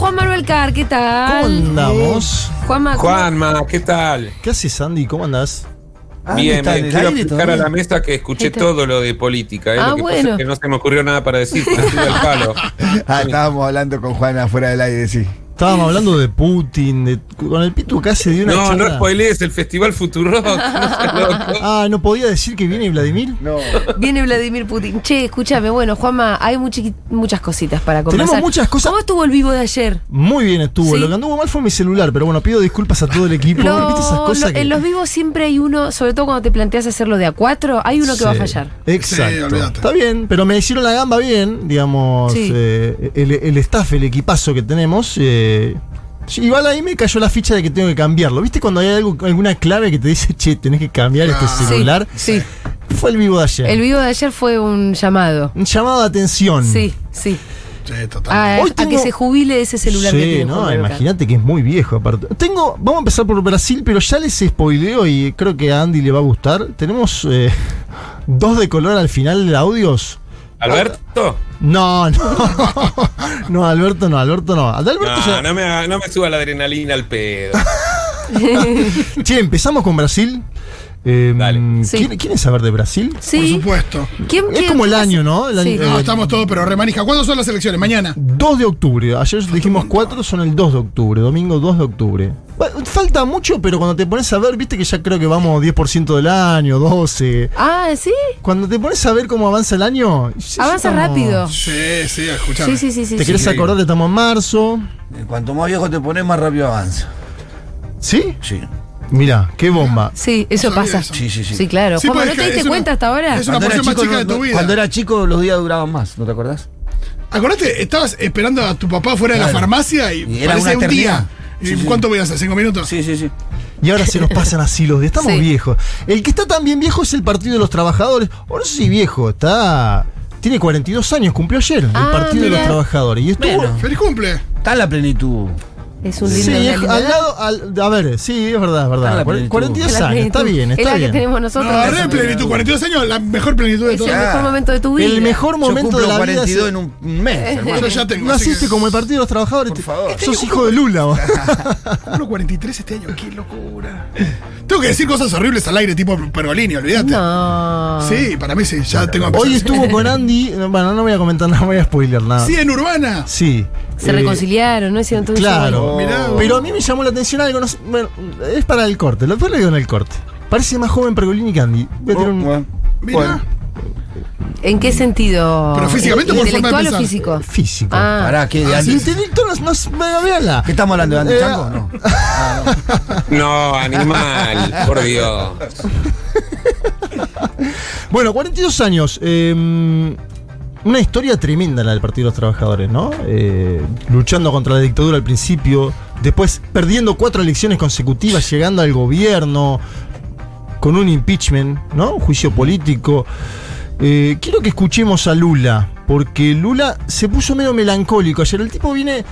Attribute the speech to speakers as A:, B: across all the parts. A: Oscar, ¿qué tal?
B: ¿Cómo andamos?
A: Juanma, Ah, ¿cómo-
C: Juanma, ¿qué tal?
B: ¿Qué haces, Andy? ¿Cómo andás?
D: Ah,
C: Bien,
D: está en
C: eh,
D: el
C: quiero
D: aire
C: explicar a
D: todavía.
C: la mesa que
A: Ahí
C: escuché
A: está.
C: todo lo de política. eh,
A: Ah,
C: lo que pasa
A: bueno.
C: es que no se me ocurrió nada para decir, me estuve al palo.
D: Ah, estábamos hablando con Juana fuera del aire, sí.
B: Estábamos hablando de Putin, de- con el Pitu casi de una
C: No, no
B: charla.
C: spoilees, el Festival Futurock. No seas loco.
B: Ah, ¿no podía decir que viene Vladimir?
D: No.
A: Viene Vladimir Putin. Che, escúchame, bueno, Juanma, hay muchi- muchas cositas para conversar.
B: Tenemos muchas cosas.
A: ¿Cómo estuvo el vivo de ayer?
B: Muy bien estuvo.
A: Sí.
B: Lo que anduvo mal fue mi celular, pero bueno, pido disculpas a todo el equipo.
A: Lo-
B: ¿Viste esas cosas
A: lo-
B: que-
A: En los vivos siempre hay uno, sobre todo cuando te planteas hacerlo de a cuatro, hay uno que va a
B: Sí,
A: fallar.
B: Exacto.
D: olvídate.
B: Está bien, pero me hicieron la gamba bien, digamos,
A: Sí.
B: eh, el, el staff, el equipazo que tenemos. eh, sí, igual ahí me cayó la ficha de que tengo que cambiarlo. ¿Viste cuando hay algo, alguna clave que te dice, che, tenés que cambiar este celular?
A: Sí, sí.
B: Fue el vivo de ayer.
A: El vivo de ayer fue un llamado.
B: Un llamado de atención.
A: Sí, sí.
D: Sí,
A: A,
B: Mm. Hoy
A: a
B: tengo-
A: que se jubile ese celular
B: Sí,
A: que tiene.
B: no,
A: Juanma Luca.
B: imagínate que es muy viejo aparte. Tengo, vamos a empezar por Brasil, pero ya les spoileo y creo que a Andy le va a gustar. Tenemos eh, dos de color al final de audios.
C: ¿Alberto?
B: No, no. No, Alberto no, Alberto no. De Alberto
C: No,
B: ya-
C: no me, haga- no me suba la adrenalina al pedo.
B: Che, empezamos con Brasil. Eh,
C: Dale.
B: ¿quién-
A: Sí.
B: ¿Quieren saber de Brasil?
E: Por
A: Sí.
E: supuesto.
A: ¿Quién-
B: Es
A: quién-
B: como el
A: quién
B: año,
A: hace-
B: ¿no? El año-
A: Sí.
B: eh,
E: No, estamos todos, pero remanija. ¿Cuándo son las elecciones? Mañana.
B: 2 de octubre, ayer dijimos 4, son el 2 de octubre, domingo 2 de octubre. Bueno, Falta mucho, pero cuando te pones a ver, viste que ya creo que vamos 10% del año, 12.
A: Ah, sí.
B: Cuando te pones a ver cómo avanza el año... ya
A: Avanza
B: estamos-
A: rápido.
E: Sí, sí, escuchame.
A: Sí, sí, sí, sí.
B: ¿Te
A: sí.
B: querés acordar? Estamos en marzo.
D: Cuanto más viejo te pones, más rápido avanza.
B: ¿Sí?
D: Sí.
B: Mira, qué bomba.
A: Sí, eso
E: No sabía
A: pasa.
E: eso.
D: Sí, sí, sí.
A: Sí, claro.
E: Sí,
A: Juanma,
E: porque
A: ¿no te
E: es
A: diste
E: una-
A: cuenta hasta ahora?
E: es una- porción más chica de tu
D: no-
E: vida.
D: cuando era chico, los días duraban más, ¿no te acordás?
E: Acordate, estabas esperando a tu papá fuera de la farmacia y,
D: Y era
E: parecía
D: una
E: un día.
D: eternidad. Sí,
E: ¿Y
D: sí.
E: ¿Cuánto voy a hacer? ¿Cinco minutos?
D: Sí, sí, sí.
B: Y ahora se nos pasan así los días. Estamos
A: Sí.
B: viejos. El que está tan bien viejo es el Partido de los Trabajadores. O no sé si viejo, está. Tiene 42 años, cumplió ayer.
A: Ah,
B: el Partido de
A: mirá.
B: los Trabajadores. Y estuvo.
D: Bueno.
E: Uh, ¡Feliz cumple!
D: Está la plenitud.
A: Es un
B: Sí,
A: lindo
B: es-
A: animal.
B: al lado. al- a ver, sí, es verdad, es
D: Ah,
B: verdad.
D: la
B: Cuare-
D: plenitud.
B: 42
A: Es la
B: años, está
A: plenitud.
B: bien,
A: es
B: está
A: la que
B: bien.
A: tenemos
E: No,
A: nosotros.
E: re plenitud. 42 años, la mejor plenitud de
A: es el
E: todas.
A: mejor momento de tu vida.
B: El mejor
D: Yo
B: momento de
D: cumplo
B: la
D: 42
B: vida. Eh.
D: en
B: es-
D: un mes, hermano.
E: Yo ya tengo. así
B: Naciste
E: que-
B: como el Partido de los Trabajadores. te-
D: favor.
B: Sos hijo de Lula, vos.
E: Cumplo 43 este año, qué locura. Tengo que decir cosas horribles al aire, tipo Pergolini, olvídate.
A: No.
E: Sí, para mí sí, ya tengo
B: Hoy estuvo con Andy. Bueno, no voy a comentar nada, no voy a spoiler nada.
E: Sí, en Urbana.
B: Sí.
A: Se
B: Eh,
A: reconciliaron, ¿no? Hicieron todo eso.
B: Claro.
E: Mirá vos.
B: Pero a mí me llamó la atención algo. no sé, bueno, es para el corte. Lo peor lo digo en el corte. Parece más joven Pergolini que Andy. Voy a tirar un-
E: Mira.
D: Oh, Bueno.
A: ¿En qué sentido?
E: Pero físicamente o por forma de
A: ¿Intelectual o
E: pensar?
A: físico?
B: físico.
A: Ah.
D: Pará, ¿qué de
B: Ah, sí,
D: antes?
B: intelecto no, no- bueno, véanla.
D: ¿Qué estamos hablando de antes,
B: Eh,
D: Chango? No.
C: No, animal, por Dios.
B: Bueno, 42 años. eh, una historia tremenda la del Partido de los Trabajadores, ¿no? Eh, luchando contra la dictadura al principio, después perdiendo cuatro elecciones consecutivas, llegando al gobierno, con un impeachment, ¿no? Un juicio político. Eh, quiero que escuchemos a Lula, porque Lula se puso medio melancólico ayer. El tipo viene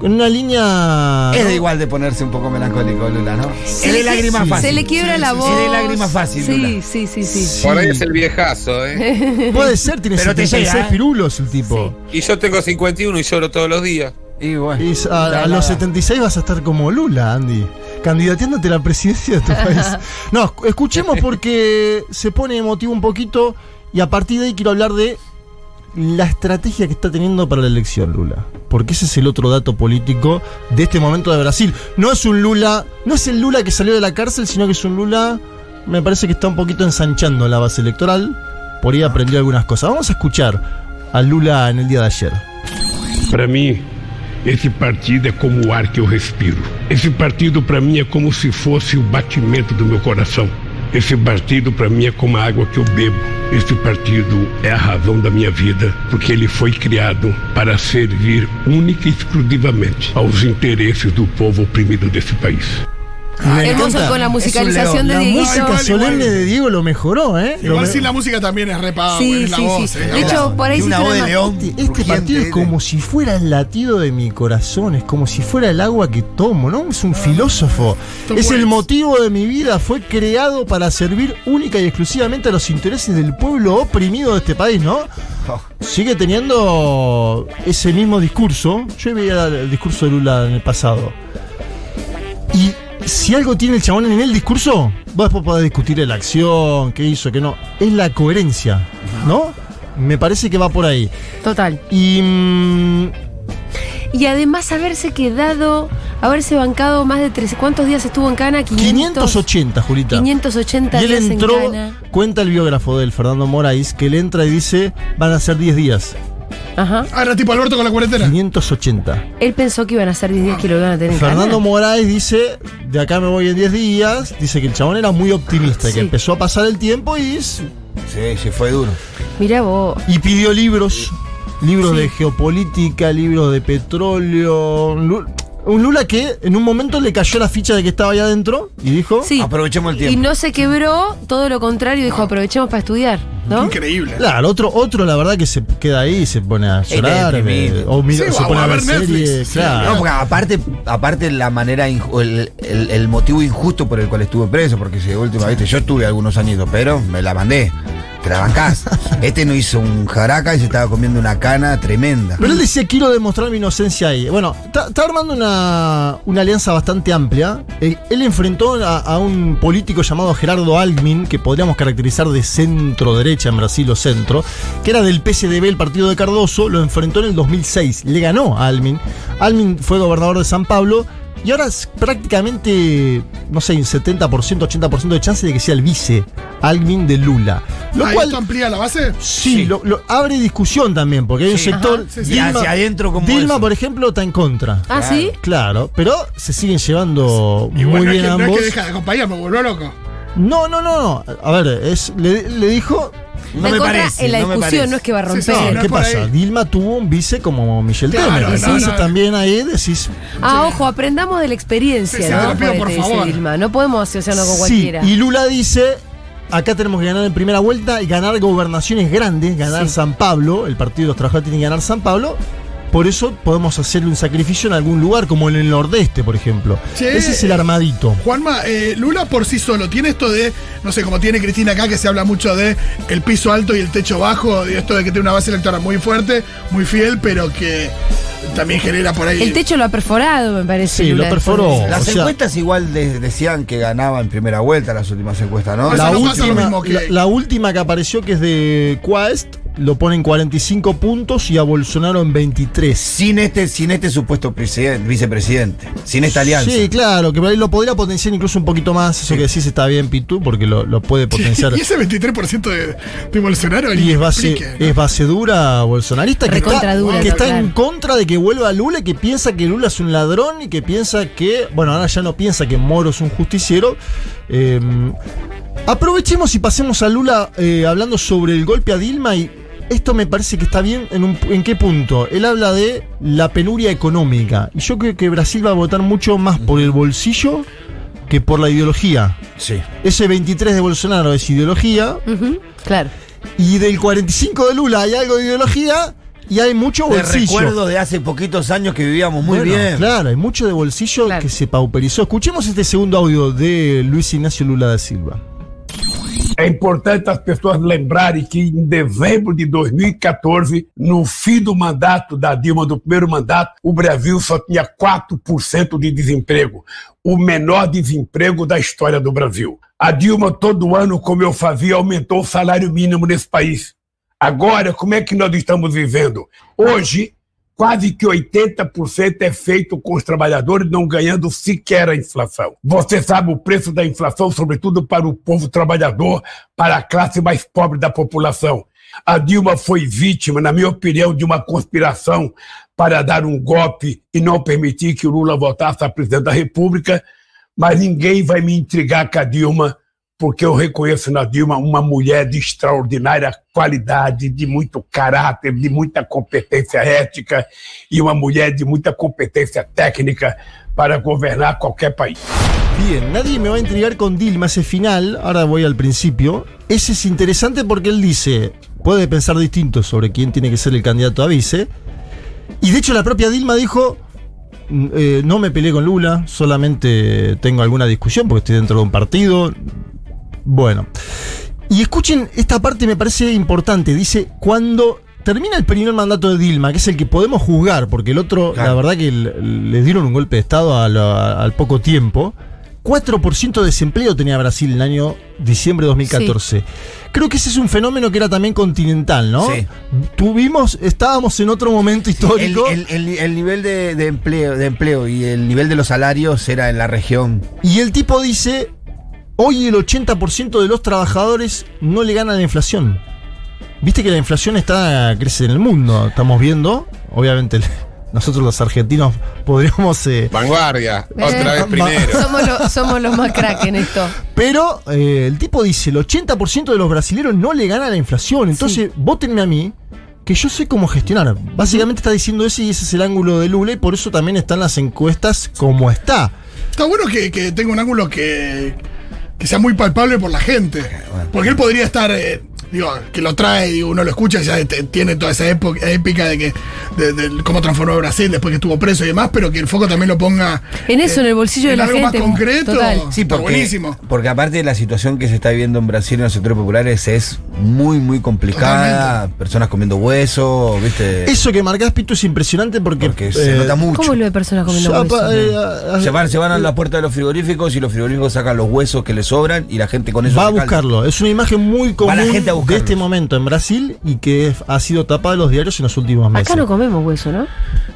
B: con una línea...
D: Es
B: Ah, ¿no?
D: de igual de ponerse un poco melancólico, Lula, ¿no?
A: Se
D: es de
A: le-
D: lágrima fácil.
A: Se le quiebra la voz.
D: Es de lágrima fácil,
A: Sí,
D: Lula.
A: sí, sí, sí.
B: Sí,
C: Por ahí es el viejazo, ¿eh?
B: Puede ser, tiene
D: Pero te
B: 76
D: llega, ¿eh?
B: pirulos el tipo.
C: Y yo tengo 51 y lloro todos los días.
D: Y bueno.
B: Y s- a, a los 76 vas a estar como Lula, Andy, candidateándote a la presidencia de tu país. No, esc- escuchemos porque se pone emotivo un poquito y a partir de ahí quiero hablar de la estrategia que está teniendo para la elección Lula. Porque ese es el otro dato político de este momento de Brasil. No es un Lula, no es el Lula que salió de la cárcel, sino que es un Lula, me parece que está un poquito ensanchando la base electoral. Por ahí aprendió algunas cosas. Vamos a escuchar a Lula en el día de ayer.
F: Para mim, esse partido é como o ar que eu respiro. Esse partido para mim é como se fosse o batimento do meu coração. Esse partido para mim é como a água que eu bebo. Este partido é a razão da minha vida, porque ele foi criado para servir única e exclusivamente aos interesses do povo oprimido desse país.
B: Me
A: Hermoso
B: encanta.
A: con la musicalización
D: león.
A: de
B: La
A: Dieguito.
B: música solemne de Diego lo mejoró, ¿eh? Lo
E: Igual
B: me-
E: sin la música también es repago,
A: Sí,
E: es la
A: sí,
E: voz.
A: sí.
E: es la
A: De
E: voz.
A: hecho, por ahí
D: Y
A: sí
D: una
A: tiene
D: voz de
A: una-
D: león.
B: Este, este partido es
D: rugiente, eh,
B: como si fuera el latido de mi corazón, es como si fuera el agua que tomo, ¿no? Es un filósofo.
E: Tom
B: Es el
E: Waits.
B: motivo de mi vida, fue creado para servir única y exclusivamente a los intereses del pueblo oprimido de este país, ¿no? Sigue teniendo ese mismo discurso. Yo veía el discurso de Lula en el pasado. Y si algo tiene el chabón en el discurso, vos después podés discutir la acción, qué hizo, qué no. Es la coherencia, ¿no? Me parece que va por ahí.
A: Total.
B: Y mm,
A: Y además haberse quedado, haberse bancado más de 13. ¿Cuántos días estuvo en Cana? 500,
B: 580, Julita.
A: 580
B: y él
A: días
B: entró,
A: en Cana.
B: cuenta el biógrafo del Fernando Moraes, que él entra y dice, van a ser 10 días.
A: Ajá.
E: Ah, era tipo Alberto con la cuarentena.
B: 580.
A: Él pensó que iban a ser 10 días que lo iban a tener en
B: Fernando
A: Cana.
B: Moraes dice, de acá me voy en 10 días, dice que el chabón era muy optimista, y
A: Sí.
B: que empezó a pasar el tiempo y,
D: Sí, sí, fue duro.
A: Mirá vos.
B: y pidió libros, libros
A: Sí.
B: de geopolítica, libros de petróleo. un Lu- Un Lula que en un momento le cayó la ficha de que estaba ahí adentro y dijo,
A: Sí.
D: Aprovechemos el
A: Y
D: tiempo.
A: no se quebró, todo lo contrario, dijo, aprovechemos para estudiar, ¿no?
E: Increíble.
B: Claro, otro, otro la verdad que se queda ahí y se pone a
D: te
B: llorar.
D: deprime.
B: eh, o mira-
E: Sí,
B: se
E: o a
B: pone a ver
E: ver Netflix.
B: series.
E: Sí,
D: No,
A: Ah.
B: claro.
D: porque aparte, aparte la manera, inju- el, el- el motivo injusto por el cual estuve preso, porque si de última, viste, yo estuve algunos añitos, pero me la mandé. Te la bancás. Este no hizo un jaraca y se estaba comiendo una cana tremenda.
B: Pero él decía, quiero demostrar mi inocencia ahí. Bueno, está, está armando una, una alianza bastante amplia. Eh, él enfrentó a, a un político llamado Gerardo Almin, que podríamos caracterizar de centro-derecha en Brasil o centro, que era del PSDB, el partido de Cardoso, lo enfrentó en el 2006. Le ganó a Almin. Almin fue gobernador de San Pablo. Y ahora es prácticamente, no sé, un 70%, 80% de chance de que sea el vice Almin de Lula. Lo
E: Ahí
B: cual
E: esto amplía la base.
B: Sí, Lo, lo- abre discusión también, porque hay un
D: Sí.
B: sector.
E: Ajá, sí,
D: sí. Y hacia adentro como
B: Dilma,
D: eso.
B: por ejemplo, está en contra.
A: Ah, sí.
B: Claro, pero se siguen llevando muy
E: Igual no es
B: bien
E: que, no es
B: ambos.
E: que deja de acompañar, me volvió loco.
B: No, no, no, no. A ver, es, le, le dijo.
A: La
D: me
A: contra
D: parece,
A: en la
D: no me
A: discusión,
D: parece.
A: no es que va a romper.
E: Sí,
B: No,
E: sí, Ah, no
B: ¿qué
E: es por
B: pasa?
E: ahí.
B: Dilma tuvo un vice como Michel
E: Claro,
B: Temer.
E: no,
B: Entonces
E: no.
B: también ahí decís.
A: Ah, ojo, aprendamos de la experiencia,
E: Sí, sí,
A: ¿no?
E: te lo pido, por
A: Dice
E: favor.
A: Dilma, No podemos asociarnos con
B: Sí,
A: cualquiera.
B: y Lula dice, acá tenemos que ganar en primera vuelta y ganar gobernaciones grandes, ganar
A: Sí.
B: San Pablo, el Partido de los Trabajadores tiene que ganar San Pablo. Por eso podemos hacerle un sacrificio en algún lugar, como en el Nordeste, por ejemplo.
E: Che.
B: Ese es el armadito.
E: Juanma, eh, Lula por sí solo tiene esto de, no sé, como tiene Cristina acá, que se habla mucho de el piso alto y el techo bajo, y esto de que tiene una base electoral muy fuerte, muy fiel, pero que también genera por ahí.
A: El techo lo ha perforado, me parece.
B: Sí,
A: Lula,
B: lo perforó.
A: después de-
D: Las
B: o sea-
D: encuestas igual de- decían que ganaba en primera vuelta las últimas encuestas, ¿no?
E: Pero
B: La
E: eso no pasa lo
B: última,
E: mismo que-
B: la- la última que apareció, que es de Quest, lo ponen 45 puntos y a Bolsonaro en 23.
D: Sin este, sin este supuesto presiden- vicepresidente, sin esta alianza.
B: Sí, claro, que por ahí lo podría potenciar incluso un poquito más. Eso que decís está bien, Pitu, porque lo, lo puede potenciar.
E: y ese 23% de, de Bolsonaro
B: Y
E: ni
B: es base,
E: explique, ¿no?
B: es base dura bolsonarista que está,
A: Recontra dura,
B: que está en
A: claro.
B: contra de que vuelva Lula, que piensa que Lula es un ladrón y que piensa que, bueno, ahora ya no piensa que Moro es un justiciero. Eh, aprovechemos y pasemos a Lula eh, hablando sobre el golpe a Dilma y esto me parece que está bien en, un- en qué punto. Él habla de la penuria económica y yo creo que Brasil va a votar mucho más por el bolsillo que por la ideología.
D: Sí.
B: Ese 23 de Bolsonaro es ideología,
A: Ujú, Claro.
B: y del 45 de Lula hay algo de ideología y hay mucho
D: Te
B: bolsillo.
D: recuerdo de hace poquitos años que vivíamos muy
B: Bueno,
D: bien.
B: Claro, hay mucho de bolsillo
A: Claro.
B: que se pauperizó. Escuchemos este segundo audio de Luis Ignacio Lula da Silva.
F: É importante as pessoas lembrarem que em dezembro de 2014, no fim do mandato da Dilma, do primeiro mandato, o Brasil só tinha 4% de desemprego, o menor desemprego da história do Brasil. A Dilma, todo ano, como eu fazia, aumentou o salário mínimo nesse país. Agora, como é que nós estamos vivendo? Hoje, quase que 80% é feito com os trabalhadores não ganhando sequer a inflação. Você sabe o preço da inflação, sobretudo para o povo trabalhador, para a classe mais pobre da população. A Dilma foi vítima, na minha opinião, de uma conspiração para dar um golpe e não permitir que o Lula votasse a presidente da República, mas ninguém vai me intrigar com a Dilma, porque eu reconheço na Dilma uma mulher de extraordinária qualidade, de muito caráter, de muita competência ética e uma mulher de muita competência técnica para governar qualquer país.
B: Bien, nadie me va a intrigar con Dilma ese final, ahora voy al principio. Ese es interesante porque él dice, puede pensar distinto sobre quién tiene que ser el candidato a vice. Y de hecho la propia Dilma dijo, "Mm, eh, no me peleé con Lula, solamente tengo alguna discusión porque estoy dentro de un partido. Bueno. Y escuchen, esta parte me parece importante. Dice, cuando termina el primer mandato de Dilma, que es el que podemos juzgar, porque el otro, la
D: Claro.
B: verdad que l- le dieron un golpe de Estado a la- al poco tiempo. 4% de desempleo tenía Brasil en el año diciembre de 2014. Creo que ese es un fenómeno que era también continental, ¿no?
D: Sí.
B: Tuvimos, estábamos en otro momento
D: El,
B: histórico.
D: el- el- el nivel de, de empleo, de empleo y el nivel de los salarios era en la región.
B: Y el tipo dice, hoy el 80% de los trabajadores no le gana la inflación. Viste que la inflación está crece en el mundo, estamos viendo. Obviamente el- nosotros los argentinos podríamos... eh,
C: Vanguardia, otra vez
A: Eh,
C: primero.
A: Somos, lo- somos los más crack en esto.
B: pero eh, el tipo dice, el 80% de los brasileños no le gana la inflación. Entonces, votenme a mí. Que yo sé cómo gestionar. Básicamente está diciendo ese y ese es el ángulo de Lula y por eso también están las encuestas como está.
E: Está bueno que, que tenga un ángulo que, que sea muy palpable por la gente. Porque él podría estar, eh, digo, que lo trae, digo, uno lo escucha, ya te- tiene toda esa época, épica de que de, de cómo transformó Brasil después que estuvo preso y demás, pero que el foco también lo ponga
A: En eso, en el bolsillo de
E: en
A: la
E: algo
A: gente.
E: más concreto.
A: Total.
D: Sí,
E: Está
D: porque,
E: buenísimo.
D: porque aparte de la situación que se está viviendo en Brasil en los sectores populares es muy, muy complicada. Personas comiendo hueso, ¿viste?
B: Eso que marcás, Pitu, es impresionante porque...
D: Eh. porque se
B: eh,
D: nota mucho.
A: ¿Cómo lo de personas comiendo
B: ya
A: huesos?
B: pa- eh, a- a-
D: Se van, se van a la puerta de los frigoríficos y los frigoríficos sacan los huesos que les sobran y la gente con eso
B: Va a
D: se calza.
B: buscarlo. Es una imagen muy
D: Va
B: común
D: la gente a
B: de
D: buscarlo.
B: este momento en Brasil y que es- ha sido tapada de los diarios en los últimos meses.
A: Acá no comemos hueso, ¿no?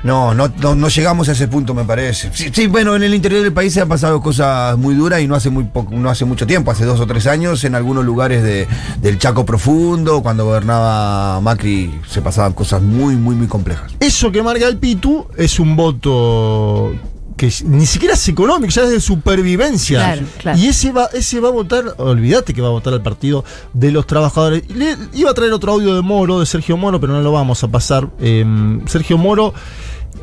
D: No, no, no, no llegamos a ese punto, me parece. Sí, sí, bueno, en el interior del país se han pasado cosas muy duras y no hace muy poco, no hace mucho tiempo, hace dos o tres años, en algunos lugares de- del Chaco Profundo, cuando gobernaba Macri, se pasaban cosas muy, muy, muy complejas.
B: Eso que marca el Pitu es un voto que ni siquiera es económico, ya es de supervivencia.
A: Claro, claro.
B: Y ese va, ese va a votar, olvídate que va a votar al partido de los trabajadores. Le- iba a traer otro audio de Moro, de Sergio Moro, pero no lo vamos a pasar. Em, Sergio Moro.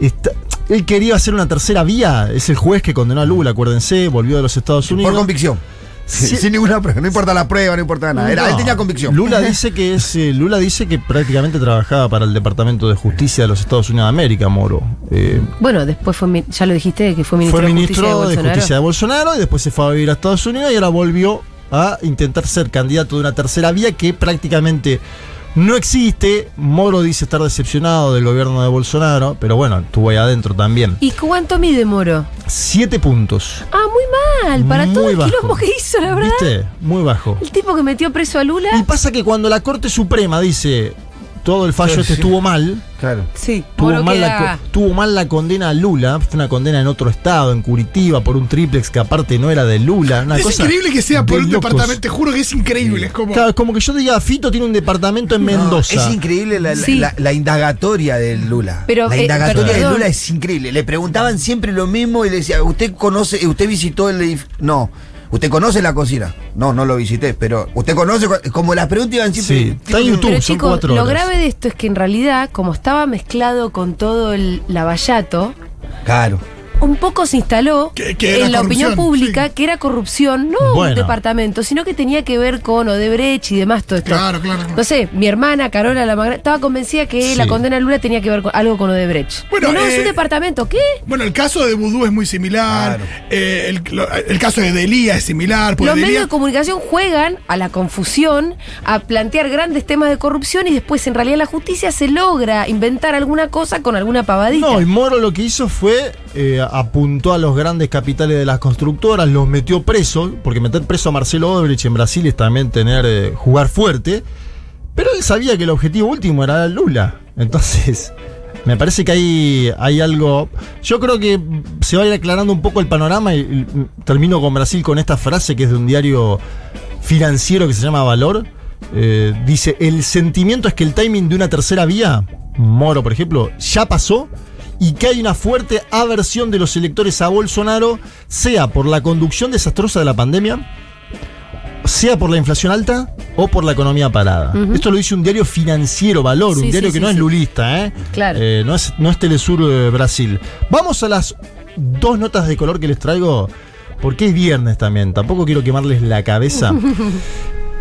B: está- él quería hacer una tercera vía, es el juez que condenó a Lula, acuérdense, volvió de los Estados Unidos.
D: Por convicción.
B: Sí.
D: Sin ninguna prueba, no importa la prueba, no importa nada. Era, él
B: No.
D: tenía convicción.
B: Lula dice que es, eh, Lula dice que prácticamente trabajaba para el Departamento de Justicia de los Estados Unidos de América, Moro. Eh,
A: Bueno, después fue, mi- ya lo dijiste, que fue ministro,
B: fue ministro de Justicia
A: Bolsonaro.
B: de, Bolsonaro y después se fue a vivir a Estados Unidos y ahora volvió a intentar ser candidato de una tercera vía que prácticamente no existe. Moro dice estar decepcionado del gobierno de Bolsonaro, pero bueno, estuvo ahí adentro también.
A: ¿Y cuánto mide Moro?
B: Siete puntos.
A: Ah, muy mal, para
B: Muy
A: todo el
B: bajo.
A: quilombo que hizo, la verdad.
B: ¿Viste? Muy bajo.
A: El tipo que metió preso a Lula.
B: Y pasa que cuando la Corte Suprema dice todo el fallo
D: Sí,
B: este
D: sí.
B: estuvo mal,
D: Claro.
A: Sí,
B: Tuvo
A: Moro
B: mal, la,
A: queda-
B: co- tuvo mal la condena a Lula, fue una condena en otro estado, en Curitiba, por un triplex que aparte no era de Lula. Una
E: Es
B: cosa
E: increíble que sea
B: de
E: por un
B: locos.
E: departamento, te juro que es increíble. Es como.
B: Claro, es como que yo diga, Fito tiene un departamento en
D: No,
B: Mendoza.
D: es increíble la, la-
A: Sí.
D: la- la indagatoria de Lula.
A: Pero,
D: la
A: eh,
D: indagatoria de
A: perdón.
D: Lula es increíble. Le preguntaban siempre lo mismo y le decía, ¿usted conoce, usted visitó el edif-?" No. ¿Usted conoce la cocina? No, no lo visité, pero ¿usted conoce? cu- Como las preguntas iban siempre.
B: Sí, está en YouTube,
A: Pero
B: son
A: chicos,
B: cuatro
A: lo
B: horas.
A: grave de esto es que en realidad, como estaba mezclado con todo el lavallato,
D: Claro.
A: un poco se instaló
E: Que- que era
A: en la
E: corrupción,
A: opinión pública
E: sí.
A: que era corrupción, no un
B: Bueno.
A: departamento, sino que tenía que ver con Odebrecht y demás todo esto.
E: Claro, claro. claro.
A: No sé, mi hermana Carola la Magra- estaba convencida que
B: Sí.
A: la condena a Lula tenía que ver con algo con Odebrecht.
E: Bueno,
A: no, no, es
E: eh,
A: un departamento, ¿qué?
E: Bueno, el caso de Vudú es muy similar.
D: Claro.
E: eh, el, lo- el caso de Delía es similar. pues porque
A: Los
E: Delía-
A: medios de comunicación juegan a la confusión, a plantear grandes temas de corrupción y después en realidad la justicia se logra inventar alguna cosa con alguna pavadita.
B: No, y Moro lo que hizo fue eh, apuntó a los grandes capitales de las constructoras, los metió presos, porque meter preso a Marcelo Odebrecht en Brasil es también tener eh, jugar fuerte. Pero él sabía que el objetivo último era Lula. Entonces, me parece que hay, hay algo. Yo creo que se va a ir aclarando un poco el panorama y, y, termino con Brasil con esta frase que es de un diario financiero que se llama Valor. Eh, dice: El sentimiento es que el timing de una tercera vía, Moro por ejemplo, ya pasó. Y que hay una fuerte aversión de los electores a Bolsonaro, sea por la conducción desastrosa de la pandemia, sea por la inflación alta o por la economía parada. Esto lo dice un diario financiero, Valor,
A: Sí,
B: un diario
A: sí,
B: que
A: sí,
B: no es
A: sí.
B: lulista, ¿eh?
A: Claro.
B: Eh, no, es, no es Telesur eh, Brasil. Vamos a las dos notas de color que les traigo, porque es viernes también, tampoco quiero quemarles la cabeza.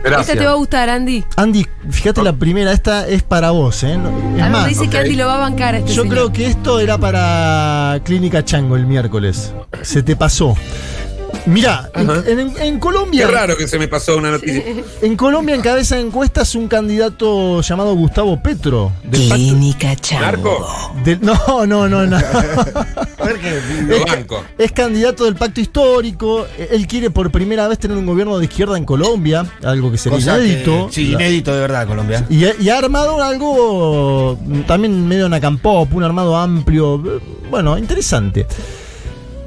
A: Esta te va a gustar, Andy.
B: Andy, fíjate la primera, esta es para vos, ¿eh? No- es
A: A mí
B: más,
A: me dice que
C: ok.
A: Andy lo va a bancar a este
B: Yo
A: señor.
B: creo que esto era para Clínica Chango el miércoles. Se te pasó. Mirá, en,
C: Ajá.
B: en- en Colombia.
C: Qué raro que se me pasó una noticia.
B: En Colombia encabeza encuestas un candidato llamado Gustavo Petro. Del pacto-
A: Clínica Chango.
C: ¿Narco?
B: del- no, no, no, no.
C: Lo banco.
B: Es candidato del pacto histórico. Él quiere por primera vez tener un gobierno de izquierda en Colombia, algo que sería
D: Cosa que-
B: inédito.
D: sí,
B: La-
D: inédito de verdad, Colombia.
B: Y, y ha armado algo mm, también medio Nacampop, un armado amplio, eh, bueno, interesante.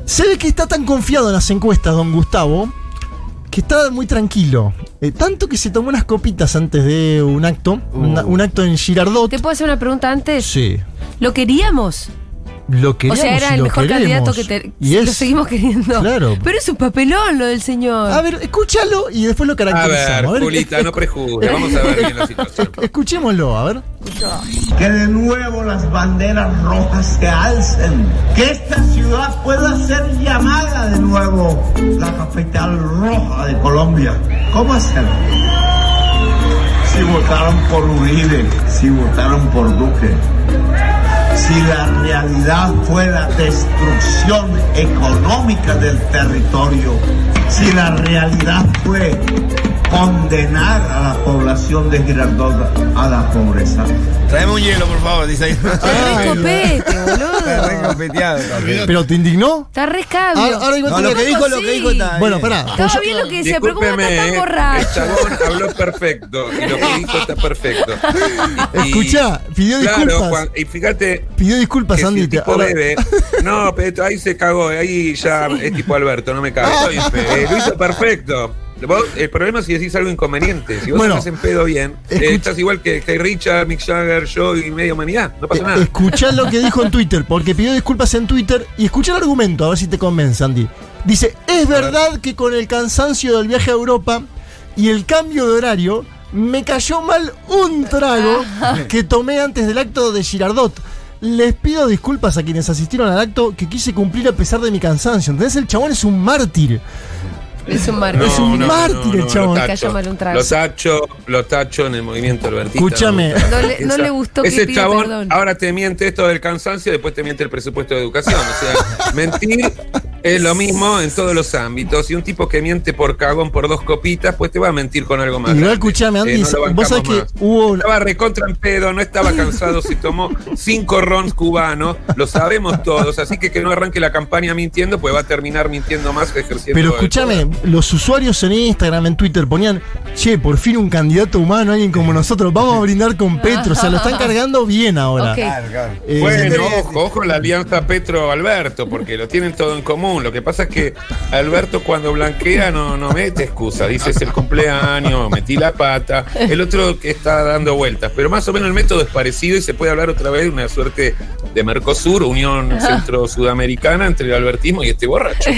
B: Se ve que está tan confiado en las encuestas, don Gustavo, que está muy tranquilo. Eh, tanto que se tomó unas copitas antes de un acto, una-
D: Uh.
B: un acto en Girardot.
A: ¿Te puedo hacer una pregunta antes?
B: Sí.
A: ¿Lo queríamos?
B: Lo
A: o
B: queríamos
A: sea, era
B: y
A: el
B: lo
A: mejor
B: queremos.
A: candidato que te...
B: Y
A: lo
B: es-
A: seguimos queriendo.
B: Claro. Ah,
A: Pero es un papelón lo del señor.
B: A ver, escúchalo y después lo
C: A ver,
B: caracterizamos. A ver,
C: Julita,
B: es-
C: no prejuzgues. Vamos a ver bien la situación.
B: escuchémoslo, a ver.
G: Que de nuevo las banderas rojas se alcen. Que esta ciudad pueda ser llamada de nuevo la capital roja de Colombia. ¿Cómo hacerlo? Si votaron por Uribe, si votaron por Duque. Si la realidad fuera destrucción económica del territorio, si la realidad fue condenar a la población de Girardot a la pobreza.
D: Traeme un hielo, por favor, dice ahí.
A: Está re copete, boludo.
D: Recopeteado, papi.
B: ¿Pero te indignó?
A: Está re escabio.
B: Ahora, ahora igual
D: No,
B: te
D: lo
B: voy a-
D: que dijo, lo que dijo está
B: Bueno,
D: bien.
B: pará.
A: Estaba
B: Yo-
A: bien lo que decía, pero ¿cómo
C: Discúlpeme,
A: está tan
C: eh, el
A: borracho?
C: chabón habló perfecto y lo que dijo está perfecto. Y-
B: Escuchá, pidió disculpas.
C: Claro, Juan, y fíjate
B: Pidió disculpas,
C: que si
B: Andy.
C: el
B: te-
C: tipo
B: ahora-
C: bebe, no, pero esto- ahí se cagó, ahí ya es tipo Alberto, no me cago.
B: Ah.
C: Eh, lo hizo perfecto. Vos, el problema es si decís algo inconveniente. Si vos
B: Bueno,
C: estás en pedo bien, eh,
B: escucha-
C: estás igual que, que Richard, Mick Jagger, yo y media humanidad. No pasa
B: Eh,
C: nada.
B: Escuchá lo que dijo en Twitter, porque pidió disculpas en Twitter y escuchá el argumento, a ver si te convence, Andy. Dice, es verdad que con el cansancio del viaje a Europa y el cambio de horario, me cayó mal un trago que tomé antes del acto de Girardot. Les pido disculpas a quienes asistieron al acto que quise cumplir a pesar de mi cansancio. ¿Entendés? El chabón es un mártir.
A: Es un marco.
C: No,
B: es un
C: no,
B: mártir el chabón.
C: Lo
A: Cayó
C: tacho,
A: mal un trago.
C: lo tacho, lo tacho en el movimiento albertista.
B: Escúchame.
C: me gusta.
A: No le- no
C: Esa-
A: le gustó que
C: Ese
A: pida
C: chabón
A: perdón.
C: ahora te miente esto del cansancio, después te miente el presupuesto de educación. O sea, mentir es lo mismo en todos los ámbitos. Y un tipo que miente por cagón por dos copitas, pues te va a mentir con algo más.
B: Igual
C: grande. Eh,
B: escuchame, Andy,
C: lo
B: vos
C: bancamos
B: sabés que
C: más.
B: hubo-
C: Estaba recontra en pedo, no estaba cansado, se tomó cinco rons cubanos, lo sabemos todos. Así que que no arranque la campaña mintiendo, pues va a terminar mintiendo más ejerciendo.
B: Pero
C: el poder.
B: escúchame, los usuarios en Instagram, en Twitter ponían, che, por fin un candidato humano, alguien como nosotros, vamos a brindar con Petro, se lo están cargando bien ahora.
A: Ok.
D: Claro, claro.
B: Eh,
C: Bueno, ojo, ojo la alianza Petro-Alberto, porque lo tienen todo en común. Lo que pasa es que Alberto cuando blanquea no, no mete excusa. Dice es el cumpleaños, metí la pata. El otro que está dando vueltas. Pero más o menos el método es parecido y se puede hablar otra vez de una suerte de Mercosur, Unión Centro-Sudamericana entre el albertismo y este borracho.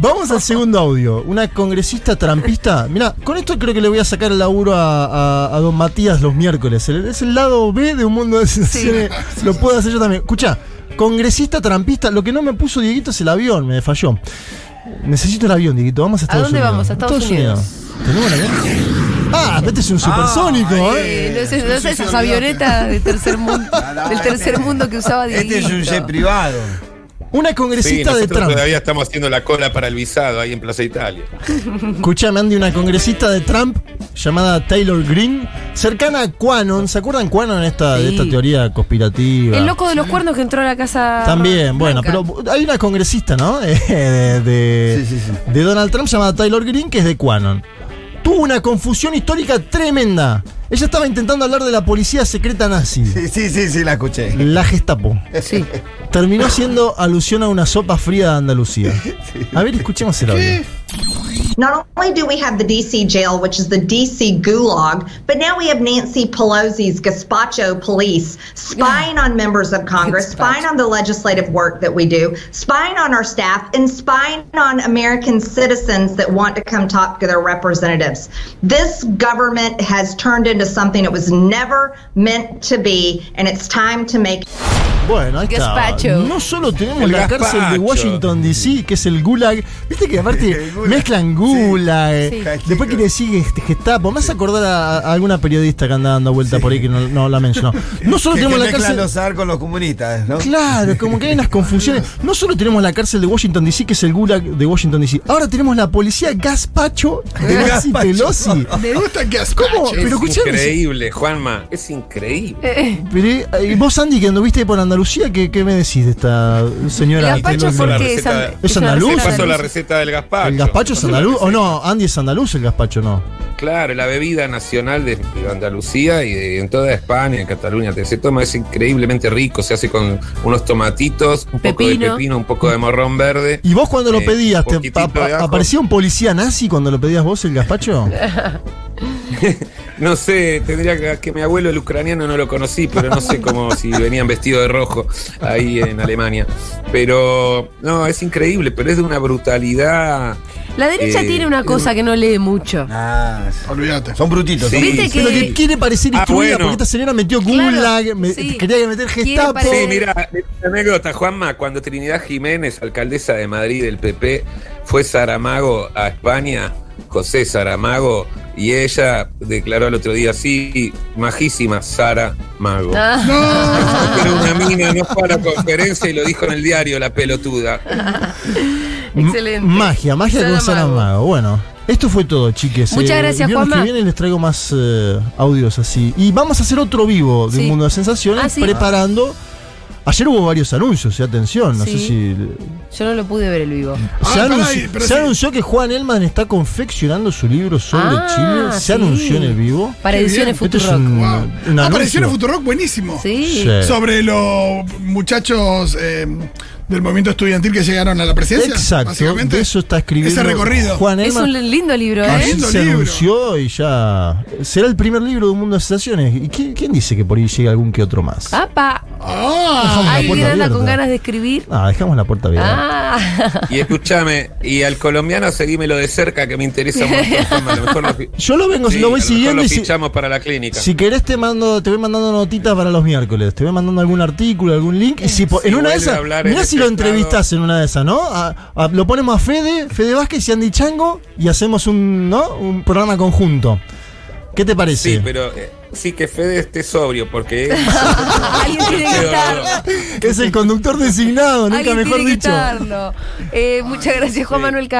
B: Vamos al segundo audio. Una congresista trampista. Mira, con esto creo que le voy a sacar el laburo a, a- a don Matías los miércoles. El- es el lado B de un mundo de sensaciones. Lo puedo hacer yo también. Escucha, congresista trampista. Lo que no me puso Dieguito es el avión, me falló. Necesito el avión, Dieguito. Vamos a
A: ¿A
B: Estados
A: dónde
B: Unidos.
A: vamos? A Estados
B: ¿Tenemos el avión? Ah, este es un supersónico,
D: Ah,
B: ¿eh?
A: Eh, no sé, no
E: Sí,
A: sé,
E: sí, sí,
A: esas
E: olvídate.
A: avionetas del tercer mundo, del tercer mundo que usaba
D: Este es un
A: Dieguito.
D: jet privado.
B: Una
C: Sí,
B: congresista de
C: nosotros
B: Trump.
C: todavía estamos haciendo la cola para el visado ahí en Plaza Italia.
B: Escuchame, Andy, una congresista de Trump llamada Taylor Green, cercana a Quanon. ¿Se acuerdan Quanon esta, de
A: Sí.
B: esta teoría conspirativa?
A: El loco de los cuernos que entró a la casa.
B: También, bueno,
A: blanca.
B: pero hay una congresista, ¿no? Eh, De, de-
D: Sí, sí, sí.
B: de Donald Trump llamada Taylor Green, que es de Quanon. Tuvo una confusión histórica tremenda. Ella estaba intentando hablar de la policía secreta nazi,
D: Sí, sí, sí, sí, la escuché.
B: la Gestapo.
A: Sí.
B: Terminó siendo alusión a una sopa fría de Andalucía. A ver, escuchemos el audio.
H: Not only do we have the DC jail, which is the DC gulag, but now we have Nancy Pelosi's gazpacho police spying on members of Congress, spying on the legislative work that we do, spying on our staff, and spying on American citizens that want to come talk to their representatives. This government has turned into something it was never meant to be, and it's time to make
B: Bueno, ahí está.
A: Gazpacho.
B: No solo tenemos
C: El
B: la
C: gazpacho.
B: cárcel de Washington DC, que es el gulag. Viste que aparte
D: El gulag.
B: mezclan gulag. eh,
D: Sí.
B: Después quiere decir este, Gestapo. Me hace acordar a, a alguna periodista que anda dando vuelta por ahí que no, no la mencionó. No solo
D: Que- que
B: tenemos la
D: mezclan
B: cárcel.
D: los zar con los comunistas, ¿no?
B: Claro, como que hay unas confusiones. No solo tenemos la cárcel de Washington DC, que es el gulag de Washington DC. Ahora tenemos la policía Gaspacho de Nancy
D: Gazpacho.
B: Pelosi.
E: Me gusta que as
B: ¿Cómo? Oh, Pero
C: Es
B: escuchame.
C: increíble, Juanma, es increíble.
B: Pero, eh, y vos, Andy, que anduviste por Andalucía, ¿qué, qué me decís de esta señora?
A: Gazpacho
B: Pelosi?
C: la
A: porque es,
C: receta-
A: and-
B: ¿Es
A: una
B: andaluz?
C: Te
A: receta
C: paso la
A: andaluza.
C: receta del gazpacho.
B: ¿El gazpacho es andaluz? ¿O no? Andy es andaluz el gazpacho, no.
C: Claro, la bebida nacional de Andalucía y de- en toda España, en Cataluña, te- se toma, es increíblemente rico, se hace con unos tomatitos, un poco de
A: Pepino.
C: pepino, un poco de morrón verde.
B: ¿Y vos cuando lo
C: Eh,
B: pedías, te,
C: poquitito
B: pa-
C: de ajo.
B: aparecía un policía nazi cuando lo pedías vos el gazpacho?
A: Eh,
C: No sé, tendría que, que mi abuelo el ucraniano no lo conocí, pero no sé cómo si venían vestidos de rojo ahí en Alemania. Pero no, es increíble, pero es de una brutalidad.
A: La derecha
C: Eh,
A: tiene una cosa que no lee mucho.
D: Ah,
E: Olvídate.
D: son brutitos.
C: Sí.
A: Viste
B: Pero que
A: que.
B: quiere parecer
C: Ah,
B: instruida
C: bueno.
B: porque esta señora metió
A: Claro,
B: gulag, me-
A: sí.
B: quería meter
A: Quiere
B: gestapo.
A: parecer-
C: Sí, mira, una anécdota, Juanma, cuando Trinidad Jiménez, alcaldesa de Madrid del PP, fue Saramago a España, José Saramago, y ella declaró el otro día así, majísima Sara Mago.
A: Ah,
C: Era una mina, no fue a la conferencia y lo dijo en el diario, la pelotuda.
B: M-
A: excelente.
B: Magia, magia
A: Sara
B: con Sara
A: Mago.
B: Mago. Bueno, esto fue todo, chiques. Eh,
A: Muchas gracias,
B: el viernes
A: Juanma.
B: que viene les traigo más eh, audios así. Y vamos a hacer otro vivo de
A: Sí.
B: un Mundo de Sensaciones,
A: Ah, sí.
B: preparando. Ayer hubo varios anuncios, y atención, no
A: Sí.
B: sé si
A: Yo no lo pude ver el vivo.
B: Se,
E: Ah, pará,
B: anunci-
E: y- pero
B: se
E: sí.
B: anunció que Juan Elman está confeccionando su libro sobre
A: Ah,
B: Chile. Se
A: sí.
B: anunció en el vivo.
A: Para
E: Qué
A: ediciones
B: Esto es
A: Futurock.
B: un-
E: Wow.
B: un
E: Apareció en
B: anuncio.
E: Futurock buenísimo.
A: Sí.
B: Sí.
E: Sobre los muchachos eh, del movimiento estudiantil que llegaron a la presidencia.
B: Exacto,
E: básicamente.
B: de eso está escribiendo
E: Ese recorrido.
B: Juan
A: Es
B: Elman.
A: un lindo libro,
B: que
E: Ah,
A: ¿eh?
B: ayer
E: lindo
B: se
E: libro.
B: anunció y ya. Será el primer libro de un mundo de sensaciones. ¿Y quién, quién dice que por ahí llega algún que otro más?
A: ¡Apa!
E: Ah,
B: la
A: Alguien
B: puerta
A: anda
B: abierta.
A: con ganas de escribir.
B: Ah, dejamos la puerta abierta.
A: Ah.
C: Y escúchame, y al colombiano seguímelo de cerca, que me interesa un montón, Juanma, a lo mejor lo, fi-
B: Yo lo vengo,
C: Sí,
B: lo voy
C: a mejor
B: siguiendo
C: lo
B: y si,
C: fichamos para la clínica.
B: si querés te mando, te voy mandando notitas para los miércoles. Te voy mandando algún artículo, algún link. Y si po-
C: Si
B: en una de
C: vuelve a
B: esas,
C: hablar este
B: mirá
C: el
B: si lo
C: pescado.
B: entrevistás en una de esas, ¿no? A- a- lo ponemos a Fede, Fede Vázquez y Andy Chango y hacemos un, ¿no? un programa conjunto. ¿Qué te parece?
C: Sí, pero eh, sí que Fede esté sobrio, porque
A: Alguien tiene que estar.
B: Es el conductor designado, nunca
A: Alguien
B: mejor
A: tiene que
B: dicho.
A: estarlo. Eh, muchas gracias, Juan Manuel Castro.